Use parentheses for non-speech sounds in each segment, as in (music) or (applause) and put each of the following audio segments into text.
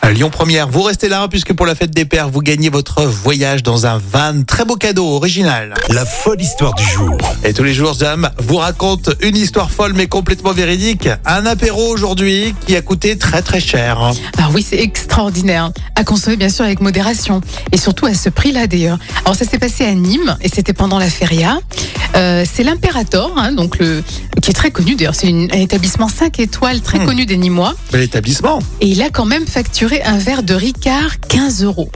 À Lyon Première, vous restez là puisque pour la fête des pères, vous gagnez votre voyage dans un van. Très beau cadeau, original. La folle histoire du jour. Et tous les jours, Jam vous raconte une histoire folle mais complètement véridique. Un apéro aujourd'hui qui a coûté très très cher. Alors Ah oui, c'est extraordinaire. À consommer bien sûr avec modération. Et surtout à ce prix-là d'ailleurs. Alors ça s'est passé à Nîmes et c'était pendant la feria. Euh, c'est l'Imperator, hein, donc le, qui est très connu d'ailleurs. C'est une- un établissement 5 étoiles très Hmm. connu des Nîmois. Bel établissement. Et il a quand même facturé un verre de Ricard 15 euros.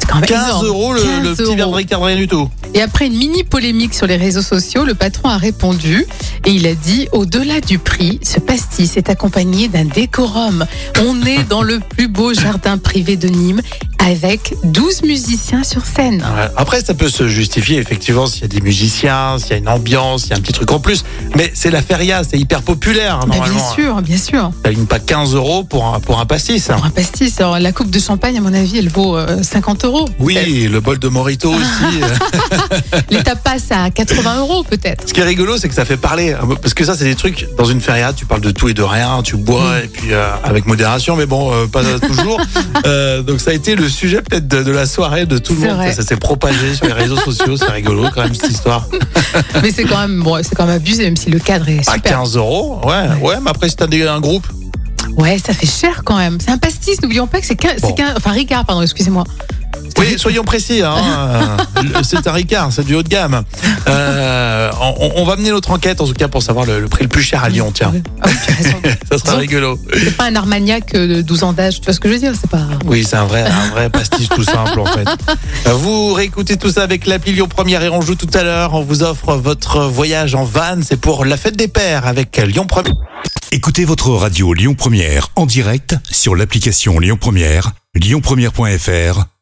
C'est quand même 15 Bah, énorme. euros le, le 15 petit verre de euros. Ricard, rien du tout. Et après une mini polémique sur les réseaux sociaux, le patron a répondu et il a dit au-delà du prix, ce pastis est accompagné d'un décorum. On est dans le plus beau jardin privé de Nîmes avec 12 musiciens sur scène. Bah, Ouais. Après, ça peut se justifier effectivement s'il y a des musiciens, s'il y a une ambiance, s'il y a un petit truc en plus. Mais c'est la feria, c'est hyper populaire Bah, normalement. hein. bien sûr, bien sûr. T'alignes pas 15 euros pour un, pour un pastis. hein. Pour un pastis, alors, la coupe de champagne, à mon avis, elle vaut euh, 50 euros. Oui, le bol de Morito aussi. (laughs) Les tapas à 80 euros peut-être. Ce qui est rigolo, c'est que ça fait parler. hein, Parce que ça, c'est des trucs. Dans une feria, tu parles de tout et de rien, tu bois, Mm. et puis euh, avec modération, mais bon, euh, (laughs) pas toujours. Euh, donc, ça a été le sujet peut-être de, de la soirée de tout le C'est monde. vrai. Ça, ça s'est propagé sur les réseaux sociaux. C'est rigolo, quand même, cette (laughs) histoire. Mais c'est quand même bon, c'est quand même abusé, même si le cadre est À super. 15 euros. Ouais, ouais, mais après, si t'as des- un groupe. Ouais, ça fait cher quand même. C'est un pastis, n'oublions pas que c'est qu'un. Bon. c'est qu'un- Enfin, Ricard, pardon, excusez-moi. Oui, soyons précis. (laughs) Hein, euh, le- c'est un Ricard, c'est du haut de gamme. Euh, on, on va mener notre enquête, en tout cas, pour savoir le, le prix le plus cher à Lyon. Tiens, Ah oui, tu as raison. ça sera Donc, rigolo. C'est pas un Armagnac euh, de 12 ans d'âge, tu vois ce que je veux dire C'est pas. Oui, c'est un vrai, un vrai pastiche tout simple en fait. Euh, Vous réécoutez tout ça avec l'appli Lyon Première et on joue tout à l'heure. On vous offre votre voyage en van. C'est pour la fête des pères avec Lyon Première. Écoutez votre radio Lyon Première en direct sur l'application Lyon Première, lyonpremière.fr